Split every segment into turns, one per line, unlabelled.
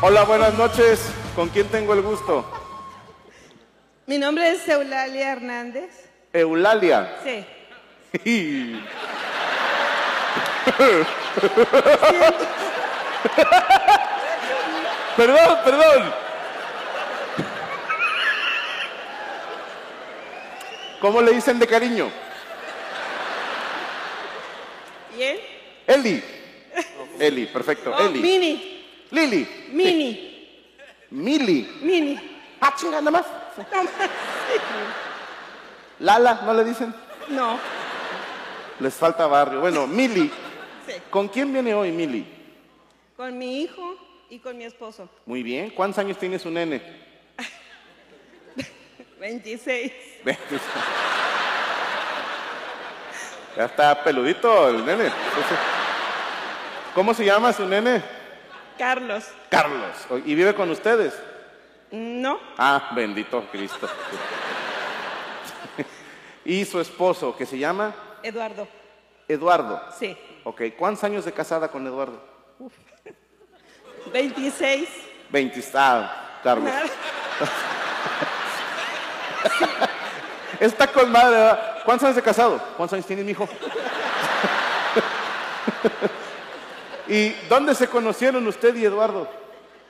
Hola, buenas noches. ¿Con quién tengo el gusto?
Mi nombre es Eulalia Hernández.
Eulalia.
Sí.
perdón, perdón. ¿Cómo le dicen de cariño?
¿Bien?
Eli. Eli, perfecto.
Oh,
Eli.
Mini,
Lili.
mini,
Mili.
mini.
Ah, chinga, nada más.
No, más.
Lala, ¿no le dicen?
no.
Les falta barrio. Bueno, Mili.
Sí.
¿Con quién viene hoy, Mili?
Con mi hijo y con mi esposo.
Muy bien. ¿Cuántos años tiene su nene?
26.
ya está peludito el nene. Entonces, ¿Cómo se llama su nene?
Carlos.
Carlos. ¿Y vive con ustedes?
No.
Ah, bendito Cristo. y su esposo, que se llama
Eduardo.
Eduardo.
Sí.
Ok, ¿cuántos años de casada con Eduardo?
26.
20. Ah, Carlos.
Nada.
Está con madre. ¿verdad? ¿Cuántos años de casado? ¿Cuántos años tienes, mijo? ¿Y dónde se conocieron usted y Eduardo?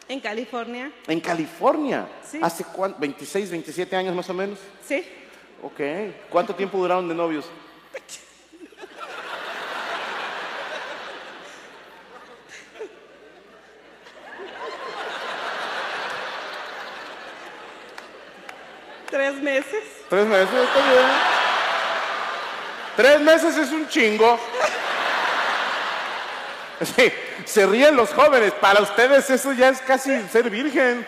En California.
En California.
Sí.
¿Hace cuánto? ¿26, 27 años más o menos?
Sí.
Ok. ¿Cuánto tiempo duraron de novios?
Tres meses.
Tres meses, está bien. Tres meses es un chingo. Sí, se ríen los jóvenes. Para ustedes eso ya es casi ser virgen.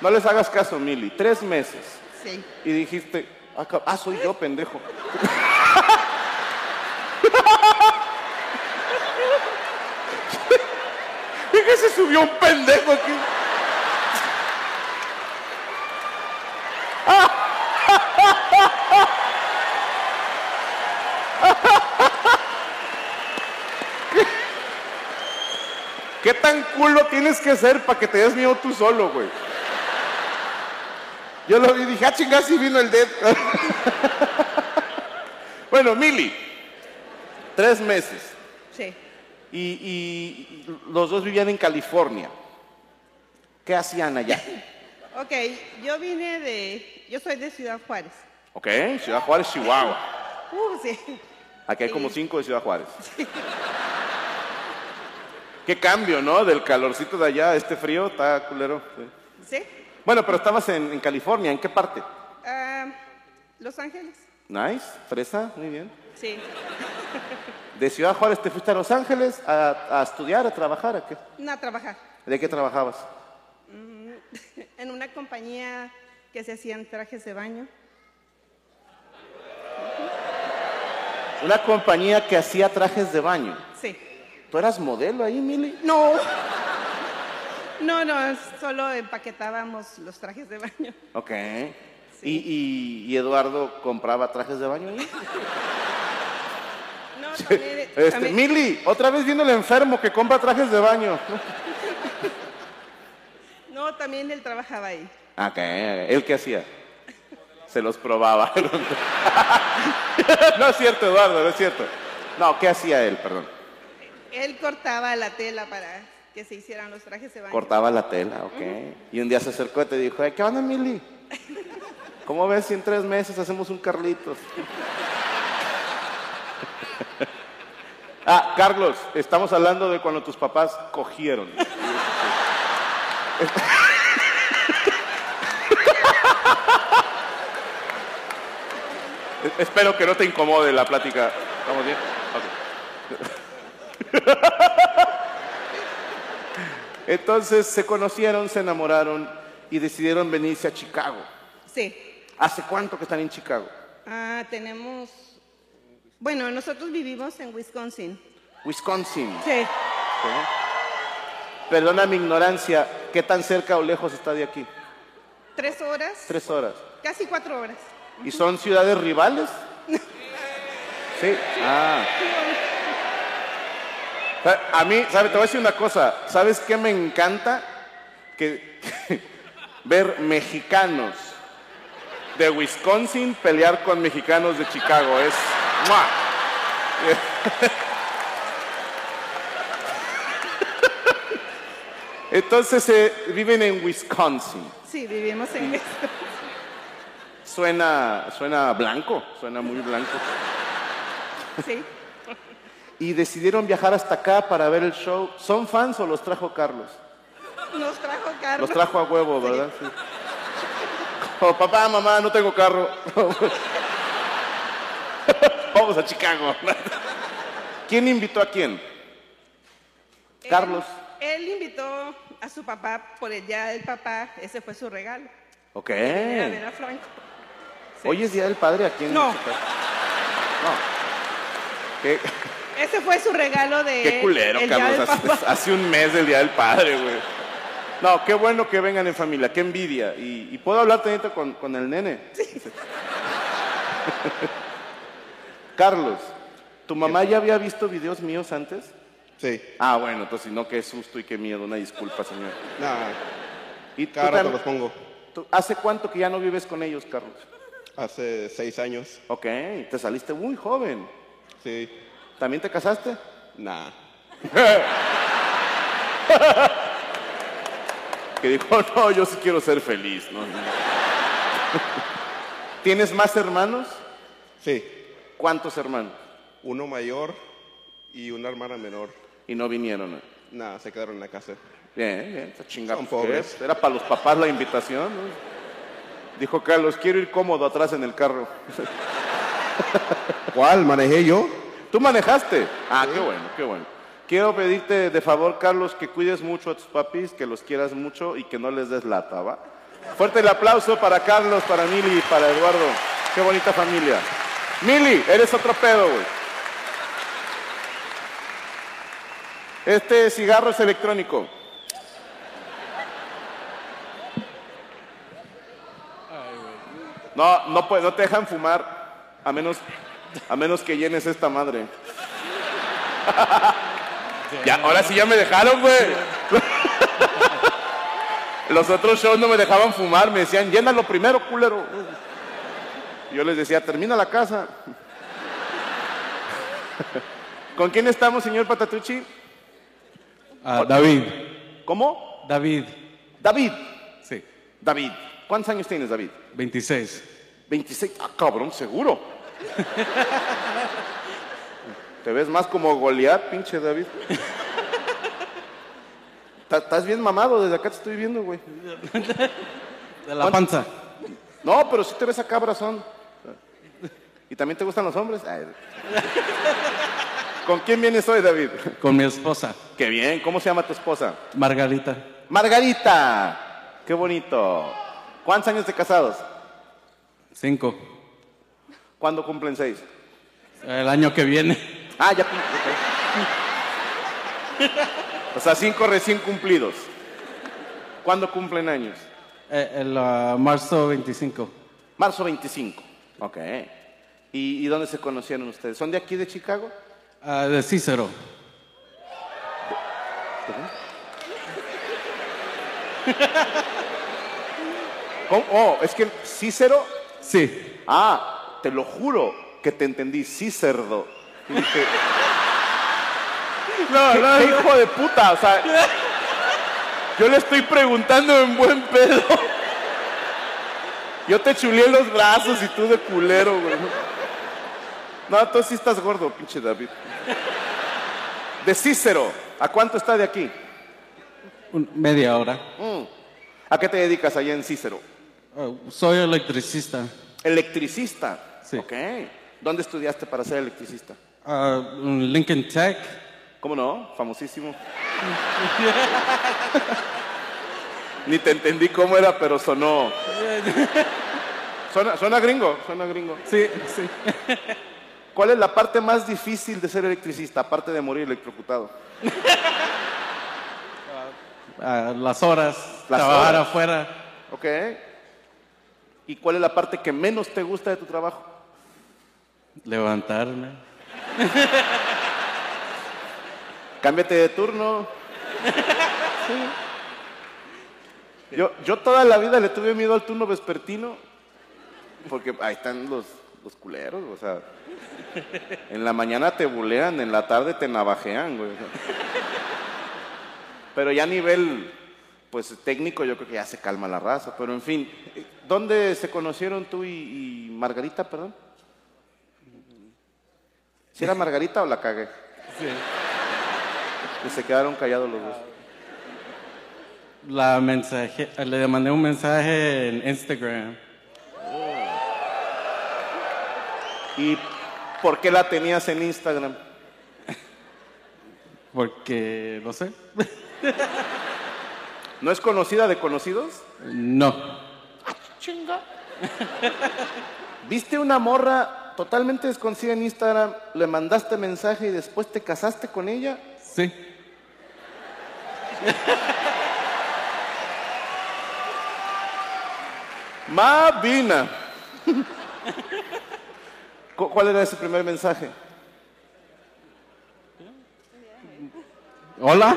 No les hagas caso, Mili. Tres meses.
Sí.
Y dijiste, ah, cab- ah, soy yo, pendejo. ¿Y que se subió un pendejo aquí? ¿Qué tan culo tienes que ser para que te des miedo tú solo, güey? Yo lo vi y dije, ah, chingada, sí vino el dead. bueno, Mili, tres meses.
Sí.
Y, y- y los dos vivían en California. ¿Qué hacían allá?
Ok, yo vine de. Yo soy de Ciudad Juárez.
Ok, Ciudad Juárez, Chihuahua.
Uh, sí.
Aquí hay como
Sí.
cinco de Ciudad Juárez. Qué cambio, ¿no? Del calorcito de allá, a este frío, está culero. sí.
Sí.
Bueno, pero estabas en, en California, ¿en qué parte?
Ah, Los Ángeles.
Nice, fresa, muy bien.
Sí.
De Ciudad Juárez te fuiste a Los Ángeles a, a estudiar, a trabajar, ¿a qué?
No a trabajar.
¿De qué trabajabas?
En una compañía que se hacían trajes de baño.
Una compañía que hacía trajes de baño.
Sí.
¿Tú eras modelo ahí, Mili? No.
No, no, solo empaquetábamos los trajes de baño.
Ok. ¿Y, y- y Eduardo compraba trajes de baño ahí?
No, también,
Este,
también-
Mili, otra vez viendo el enfermo que compra trajes de baño.
no, también él trabajaba ahí.
Ok, ¿él qué hacía? Se los probaba. no es cierto, Eduardo, no es cierto. No, ¿qué hacía él? Perdón.
Él cortaba la tela para que se hicieran los trajes de baño.
Cortaba la tela, ok. Y un día se acercó y te dijo, "Eh, ¿qué onda, Mili? ¿Cómo ves si en tres meses hacemos un Carlitos? ah, Carlos, estamos hablando de cuando tus papás cogieron. Espero que no te incomode la plática. ¿Estamos bien? Ok. Entonces se conocieron, se enamoraron y decidieron venirse a Chicago.
Sí.
¿Hace cuánto que están en Chicago?
Ah, tenemos. Bueno, nosotros vivimos en Wisconsin.
Wisconsin.
Sí.
Perdona mi ignorancia, ¿qué tan cerca o lejos está de aquí?
Tres horas,
Tres horas.
casi cuatro horas.
¿Y son ciudades rivales? Sí. Ah. Sa- A mí, ¿sabe? Te voy a decir una cosa. ¿Sabes qué me encanta? Que ver mexicanos de Wisconsin pelear con mexicanos de Chicago es. ¡mua! Entonces eh, viven en Wisconsin.
Sí, vivimos en esto.
Suena, suena blanco, suena muy blanco.
Sí.
Y decidieron viajar hasta acá para ver el show. ¿Son fans o los trajo Carlos?
Nos trajo Carlos.
Los trajo a huevo, ¿verdad? Sí. Como, papá, mamá, no tengo carro. Vamos a Chicago. ¿Quién invitó a quién?
Él-
Carlos.
Él, invitó a su papá, por el día del papá, ese fue su regalo.
Ok.
Era ver a Franco. Sí.
Hoy es Día del Padre, ¿a quién?
No.
No. Qué,
Ese fue su regalo de
qué
él,
culero,
el día
Carlos.
del
Hace,
papá.
hace un mes del Día del Padre, güey. No, qué bueno que vengan en familia, qué envidia. Y, y puedo hablar tantito con, con el nene. Carlos, ¿tu mamá ya había visto videos míos antes?
Sí.
Ah, bueno, entonces si no, qué susto y qué miedo, una disculpa, señor.
Nada,
¿Y tú
cada rato
tam-
los pongo.
tú- ¿Hace cuánto que ya no vives con ellos, Carlos?
Hace seis años.
Ok, te saliste muy joven.
Sí.
¿También te casaste?
Nada.
Que dijo, no, yo sí quiero ser feliz. ¿no? ¿Tienes más hermanos?
Sí.
¿Cuántos hermanos?
Uno mayor y una hermana menor.
Y no vinieron. ¿no?
Nada, se quedaron en la casa.
Bien, bien, está chingado.
Son
pues, ¿qué
pobres.
es? Era para los papás la invitación. ¿no? Dijo Carlos, quiero ir cómodo atrás en el carro.
¿Cuál? ¿Manejé yo?
¿Tú manejaste? Ah, qué bueno, qué bueno. Quiero pedirte de favor, Carlos, que cuides mucho a tus papis, que los quieras mucho y que no les des lata, ¿va? Fuerte el aplauso para Carlos, para Mili y para Eduardo. Qué bonita familia. Mili, eres otro pedo, güey. Este cigarro es electrónico. No, no, puede- no te dejan fumar a menos, a menos que llenes esta madre. ya, ahora sí ya me dejaron, güey. Los otros shows no me dejaban fumar, me decían, llénalo primero, culero. Yo les decía, termina la casa. ¿Con quién estamos, señor Patatucci?
Ah, David.
¿Cómo?
David.
David.
Sí.
David. ¿Cuántos años tienes, David?
26.
26. Ah, cabrón, seguro. Te ves más como Goliat, pinche David. Ta- Estás bien mamado, desde acá te estoy viendo, güey.
De la panza.
No, pero sí te ves acá, brazón. ¿Y también te gustan los hombres? Ay. ¿Con quién vienes hoy, David?
Con mi esposa,
Qué bien, ¿cómo se llama tu esposa?
Margarita.
Margarita. Qué bonito. ¿Cuántos años de casados?
Cinco.
¿Cuándo cumplen seis?
El año que viene.
Ah, ya cum- ok. O sea, cinco recién cumplidos. ¿Cuándo cumplen años?
Eh, el ah, marzo 25.
Marzo 25. Ok. ¿Y, y dónde se conocieron ustedes? ¿Son de aquí, de Chicago?
Ah, de Cícero.
¿Cómo? Oh, es que Cícero.
Sí.
Ah, te lo juro que te entendí, Cícerdo. Y dije,
No,
¿qué- qué hijo de puta, o sea. Yo le estoy preguntando en buen pedo. Yo te chuleé los brazos y tú de culero, güey. No, tú sí estás gordo, pinche David. De Cícero, ¿a cuánto está de aquí?
media hora.
Mm. ¿A qué te dedicas allá en Cícero?
Ah, soy electricista.
Electricista.
Sí.
Ok. ¿Dónde estudiaste para ser electricista?
Ah, un Lincoln Tech.
¿Cómo no? Famosísimo. Ni te entendí cómo era, pero sonó. Suena, suena gringo, suena gringo.
Sí, sí.
¿Cuál es la parte más difícil de ser electricista, aparte de morir electrocutado?
Ah, las horas.
Las
trabajar
horas.
afuera.
¿Ok? ¿Y cuál es la parte que menos te gusta de tu trabajo?
Levantarme.
Cámbiate de turno. Yo, yo toda la vida le tuve miedo al turno vespertino, porque ahí están los, los culeros, o sea. En la mañana te bulean, en la tarde te navajean, güey. o sea. Pero ya a nivel pues técnico yo creo que ya se calma la raza, pero en fin, ¿dónde se conocieron tú y, y Margarita, perdón? ¿Si era Margarita o la cagué? Sí. Que se quedaron callados los dos.
La mensaje, le mandé un mensaje en Instagram.
¿Y por qué la tenías en Instagram?
Porque, no sé.
¿No es conocida de conocidos?
No.
¿Viste una morra totalmente desconocida en Instagram, le mandaste mensaje y después te casaste con ella?
Sí.
Mavina. Cu- ¿Cuál era ese primer mensaje?
Hola.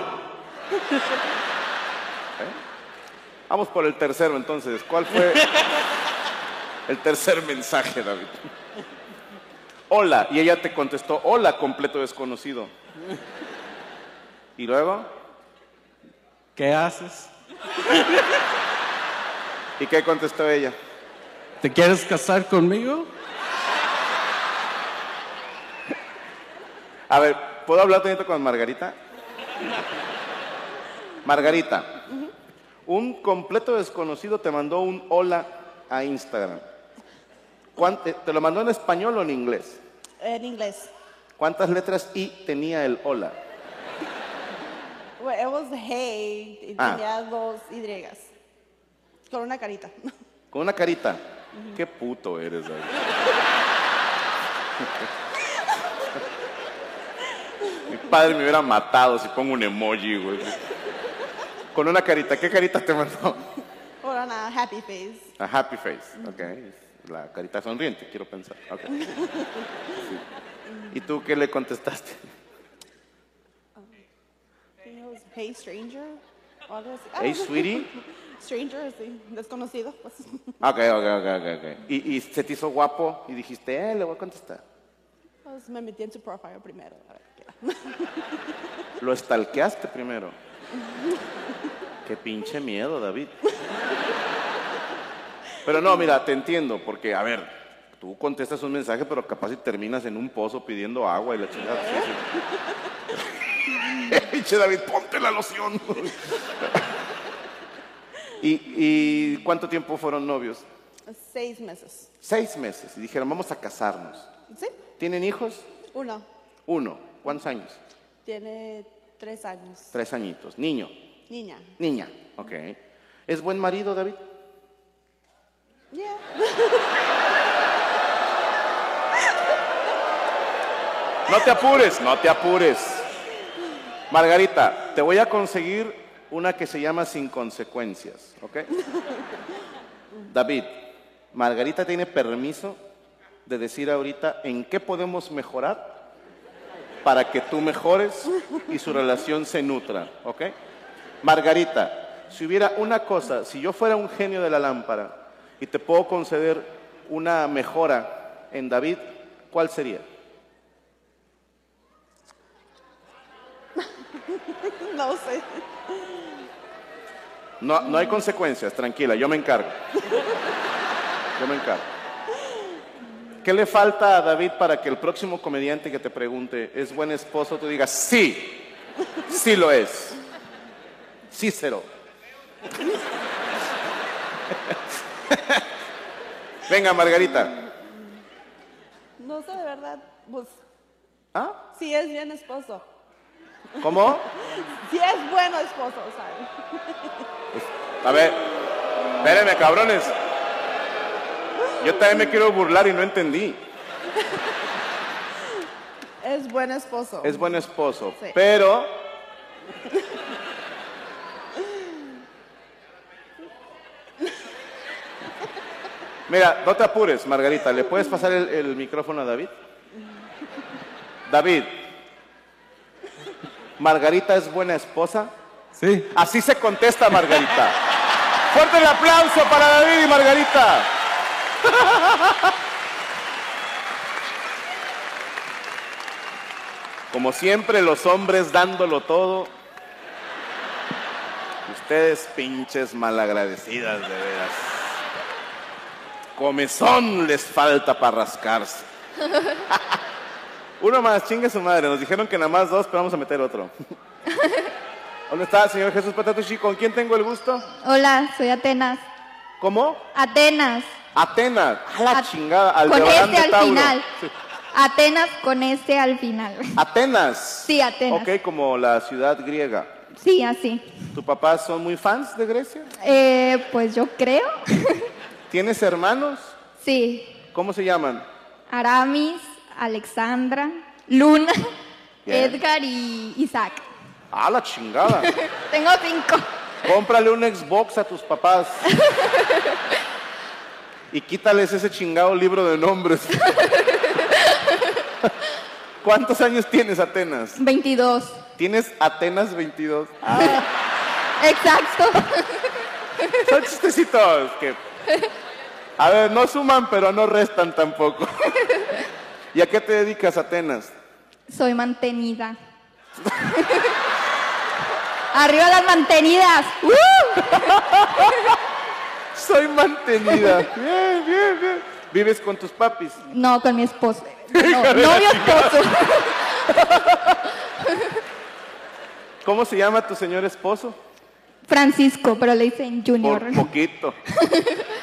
Vamos por el tercero entonces. ¿Cuál fue el tercer mensaje, David? Hola. Y ella te contestó, hola, completo desconocido. Y luego,
¿Qué haces?
¿y qué contestó ella?
¿Te quieres casar conmigo?
A ver, ¿puedo hablar tantito con Margarita? Margarita, un completo desconocido te mandó un hola a Instagram. ¿Cuán- eh, ¿Te te lo mandó en español o en inglés?
En inglés.
¿Cuántas letras I tenía el hola?
Well, it was hey, y
Ah.
tenía dos Y. Con una carita.
Con una carita. Qué puto eres, David. Mi padre me hubiera matado si pongo un emoji, güey. Con una carita. ¿Qué carita te mandó?
Con una happy face.
A happy face, ok. La carita sonriente, quiero pensar. ok. Sí. ¿Y tú qué le contestaste?
And it was, hey, stranger. o algo así.
Hey, sweetie.
Stranger, sí. Desconocido. pues.
Ok, ok, ok, ok. ok. ¿Y, y se te hizo guapo y dijiste, eh, le voy a contestar.
Pues me metí en su profile primero. a ver qué era.
Lo estalqueaste primero. Qué pinche miedo, David. Pero no, mira, te entiendo, porque, a ver, tú contestas un mensaje, pero capaz y terminas en un pozo pidiendo agua y la chingada. sí, sí. Pinche David, ponte la loción. ¿Y, ¿Y cuánto tiempo fueron novios?
Seis meses.
Seis meses. Y dijeron, vamos a casarnos.
Sí,
¿Tienen hijos?
uno.
Uno. ¿Cuántos años?
Tiene tres años.
Tres añitos. Niño.
Niña.
Niña, ok. ¿Es buen marido, David?
Yeah.
No te apures, no te apures. Margarita, te voy a conseguir una que se llama Sin Consecuencias, ¿ok? David, Margarita tiene permiso de decir ahorita en qué podemos mejorar para que tú mejores y su relación se nutra, ¿ok? Margarita, si hubiera una cosa, si yo fuera un genio de la lámpara y te puedo conceder una mejora en David, ¿cuál sería?
No sé.
No, no hay consecuencias, tranquila, yo me encargo. Yo me encargo. ¿Qué le falta a David para que el próximo comediante que te pregunte, ¿es buen esposo? Tú digas, sí, sí lo es. Cícero. Venga, Margarita.
No sé de verdad. Pues
¿Ah?
si es bien esposo.
¿Cómo?
Si es bueno esposo, ¿sabes?
A ver, espérenme, cabrones. Yo también me quiero burlar y no entendí.
Es buen esposo.
Es buen esposo,
Sí.
pero Mira, no te apures, Margarita. ¿Le puedes pasar el, el micrófono a David? David, ¿Margarita es buena esposa?
Sí.
Así se contesta Margarita. Fuerte el aplauso para David y Margarita. Como siempre, los hombres dándolo todo. Ustedes pinches malagradecidas, de veras. Comezón les falta para rascarse. Uno más, chingue su madre. Nos dijeron que nada más dos, pero vamos a meter otro. ¿Dónde está, señor Jesús Patatushi? ¿Con quién tengo el gusto?
Hola, soy Atenas.
¿Cómo?
Atenas.
Atenas. A la
At-
chingada.
con
Aldebarán
este
de
al
Tauro.
final.
Sí.
Atenas con este al final.
Atenas.
Sí, Atenas.
Ok, como la ciudad griega.
Sí, así.
¿Tu papá son muy fans de Grecia?
Eh, pues yo creo.
¿Tienes hermanos?
Sí.
¿Cómo se llaman?
Aramis, Alexandra, Luna,
Bien.
Edgar y Isaac.
A la chingada.
Tengo cinco.
Cómprale un Xbox a tus papás. Y quítales ese chingado libro de nombres. ¿Cuántos años tienes, Atenas?
22.
Tienes Atenas 22.
Exacto.
Son chistecitos que... A ver, no suman, pero no restan tampoco. ¿Y a qué te dedicas, Atenas?
Soy mantenida. Arriba las mantenidas. ¡Uh!
Soy mantenida. Bien, bien, bien. ¿Vives con tus papis?
No, con mi esposo. No, novio esposo.
¿Cómo se llama tu señor esposo?
Francisco, pero le dicen Junior.
Por poquito.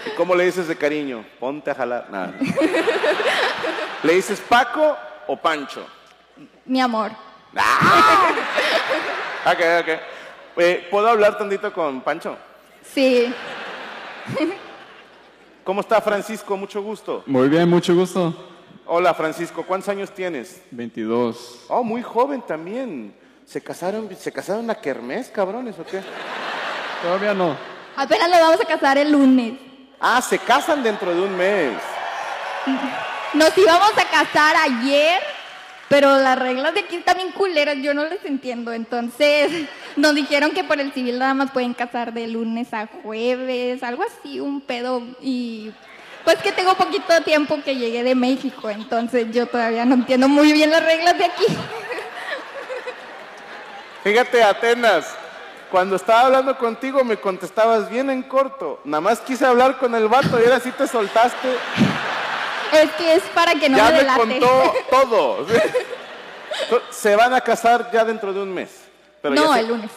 ¿Y cómo le dices de cariño? Ponte a jalar. Nada. ¿Le dices Paco o Pancho?
Mi amor.
Ok, ok. Eh, ¿Puedo hablar tantito con Pancho?
Sí.
¿Cómo está Francisco? Mucho gusto.
Muy bien, mucho gusto.
Hola Francisco, ¿cuántos años tienes?
22.
Oh, muy joven también. ¿Se casaron, se casaron a Kermés, cabrones, o qué?
Todavía no.
Apenas nos vamos a casar el lunes.
Ah, se casan dentro de un mes.
Nos íbamos a casar ayer, pero las reglas de aquí están bien culeras, yo no les entiendo. Entonces, nos dijeron que por el civil nada más pueden casar de lunes a jueves, algo así, un pedo. Y pues que tengo poquito tiempo que llegué de México, entonces yo todavía no entiendo muy bien las reglas de aquí.
Fíjate, Atenas, cuando estaba hablando contigo me contestabas bien en corto. Nada más quise hablar con el vato y ahora sí te soltaste.
Es que es para que no
ya
me
me
delate.
contó todo. Se van a casar ya dentro de un mes. Pero ya
no,
se-
el lunes.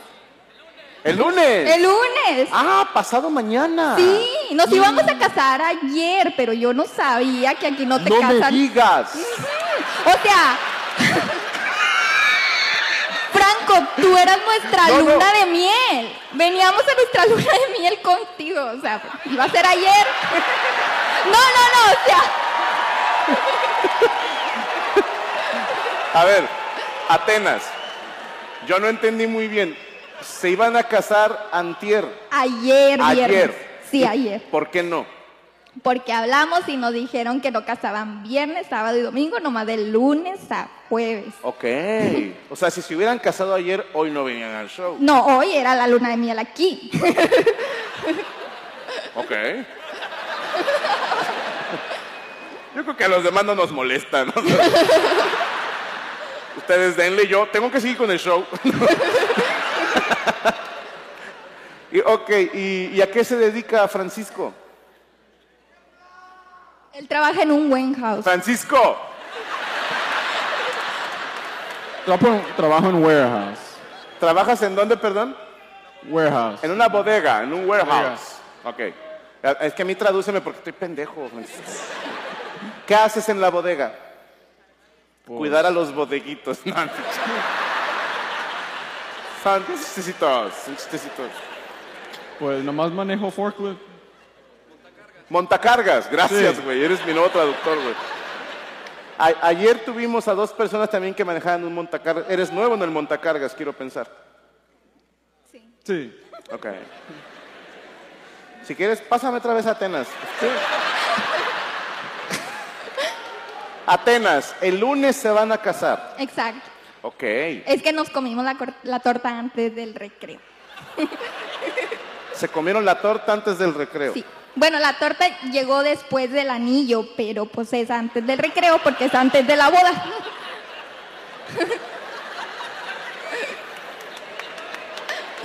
¿El lunes?
El lunes.
Ah, pasado mañana.
Sí,
Mm.
nos íbamos a casar ayer, pero yo no sabía que aquí no te
No me
casan
digas.
O sea, Franco, tú eras nuestra
No, no.
luna de miel. Veníamos a nuestra luna de miel contigo. O sea, iba a ser ayer. No, no, no, o sea,
A ver, Atenas, yo no entendí muy bien. Se iban a casar antier.
ayer,
Ayer.
viernes. Sí, ayer.
¿Por qué no?
Porque hablamos y nos dijeron que no casaban viernes, sábado y domingo, nomás de lunes a jueves.
Ok. O sea, si se hubieran casado ayer, hoy no venían al show.
No, hoy era la luna de miel aquí.
Ok. Yo creo que a los demás no nos molestan. Ustedes denle yo. Tengo que seguir con el show. y, ok, y, ¿y a qué se dedica Francisco?
Él trabaja en un buen house.
Francisco,
Trapo- trabajo en warehouse.
¿trabajas en dónde, perdón?
Warehouse.
En una bodega, en un warehouse. Ok. Ah, Es que a mí tradúceme porque estoy pendejo, Francisco. ¿Qué haces en la bodega? Cuidar a los bodeguitos. No, no. Son chistecitos, son chistecitos.
Pues nomás manejo forklift.
Montacargas, gracias,
Sí.
güey. Eres mi nuevo traductor, güey. A- ayer tuvimos a dos personas también que manejaban un montacargas. Eres nuevo en el montacargas, quiero pensar.
Sí.
Ok. Si quieres, pásame otra vez a Atenas. Atenas, el lunes se van a casar.
Exacto.
Ok.
Es que nos comimos la, cor- la torta antes del recreo.
Se comieron la torta antes del recreo.
Sí. Bueno, la torta llegó después del anillo, pero pues es antes del recreo porque es antes de la boda.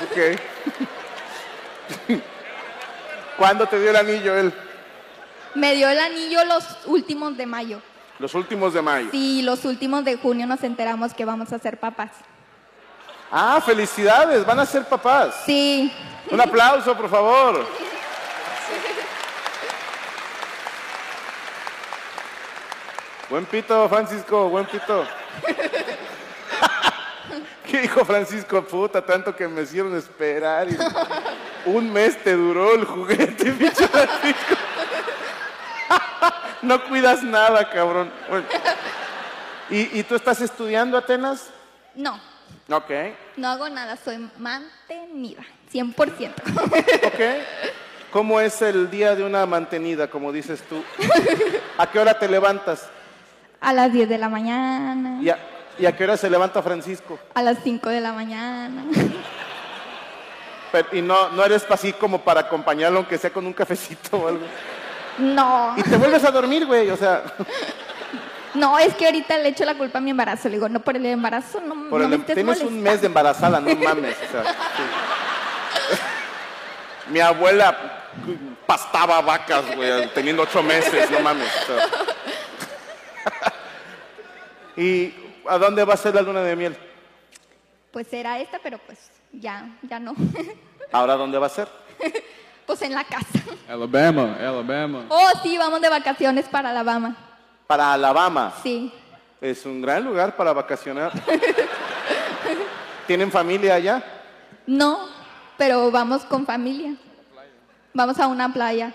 Ok. ¿Cuándo te dio el anillo él?
Me dio el anillo los últimos de mayo.
Los últimos de mayo.
Sí, los últimos de junio nos enteramos que vamos a ser papás.
Ah, felicidades, van a ser papás.
Sí,
Un aplauso, por favor. Buen pito, Francisco, buen pito. ¿Qué dijo Francisco? Puta, tanto que me hicieron esperar. y- Un mes te duró el juguete, pinche Francisco. no cuidas nada, cabrón. Bueno. ¿Y, ¿Y tú estás estudiando, Atenas?
no,
Ok,
no hago nada, soy mantenida, 100%.
ok. ¿Cómo es el día de una mantenida, como dices tú? ¿A qué hora te levantas?
A las 10 de la mañana,
¿Y a, y a qué hora se levanta Francisco?
a las 5 de la mañana.
Pero- y no, no eres así como para acompañarlo, aunque sea con un cafecito o algo.
No,
Y te vuelves a dormir, güey, o sea,
no, es que ahorita le echo la culpa a mi embarazo. Le digo, no, por el embarazo no,
por el-
no
em,
me estés
tienes un mes de embarazada, no mames. o sea, sí. Mi abuela pastaba vacas, güey, teniendo ocho meses, no mames. o sea. ¿Y a dónde va a ser la luna de miel?
Pues era esta, pero pues ya, ya no.
¿Ahora dónde va a ser?
pues en la casa.
Alabama, Alabama.
Oh, sí, vamos de vacaciones para Alabama.
Para Alabama.
Sí.
Es un gran lugar para vacacionar. ¿Tienen familia allá?
No, pero vamos con familia. Vamos a una playa.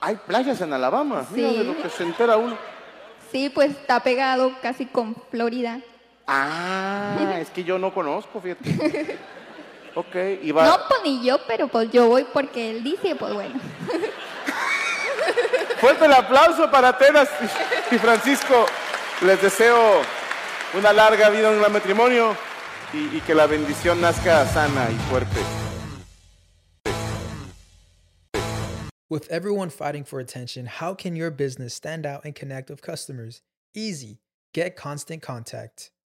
Hay playas en Alabama. Mira
Sí.
de lo que se entera uno.
Sí, pues está pegado casi con Florida.
Ah, es que yo no conozco, fíjate. Ok, y va.
No, pues ni yo, pero pues yo voy porque él dice, pues bueno.
Fuerte el aplauso para Atenas y Francisco. Les deseo una larga vida en el matrimonio y, y que la bendición nazca sana y fuerte.
With everyone fighting for attention, how can your business stand out and connect with customers? Easy. Get Constant Contact.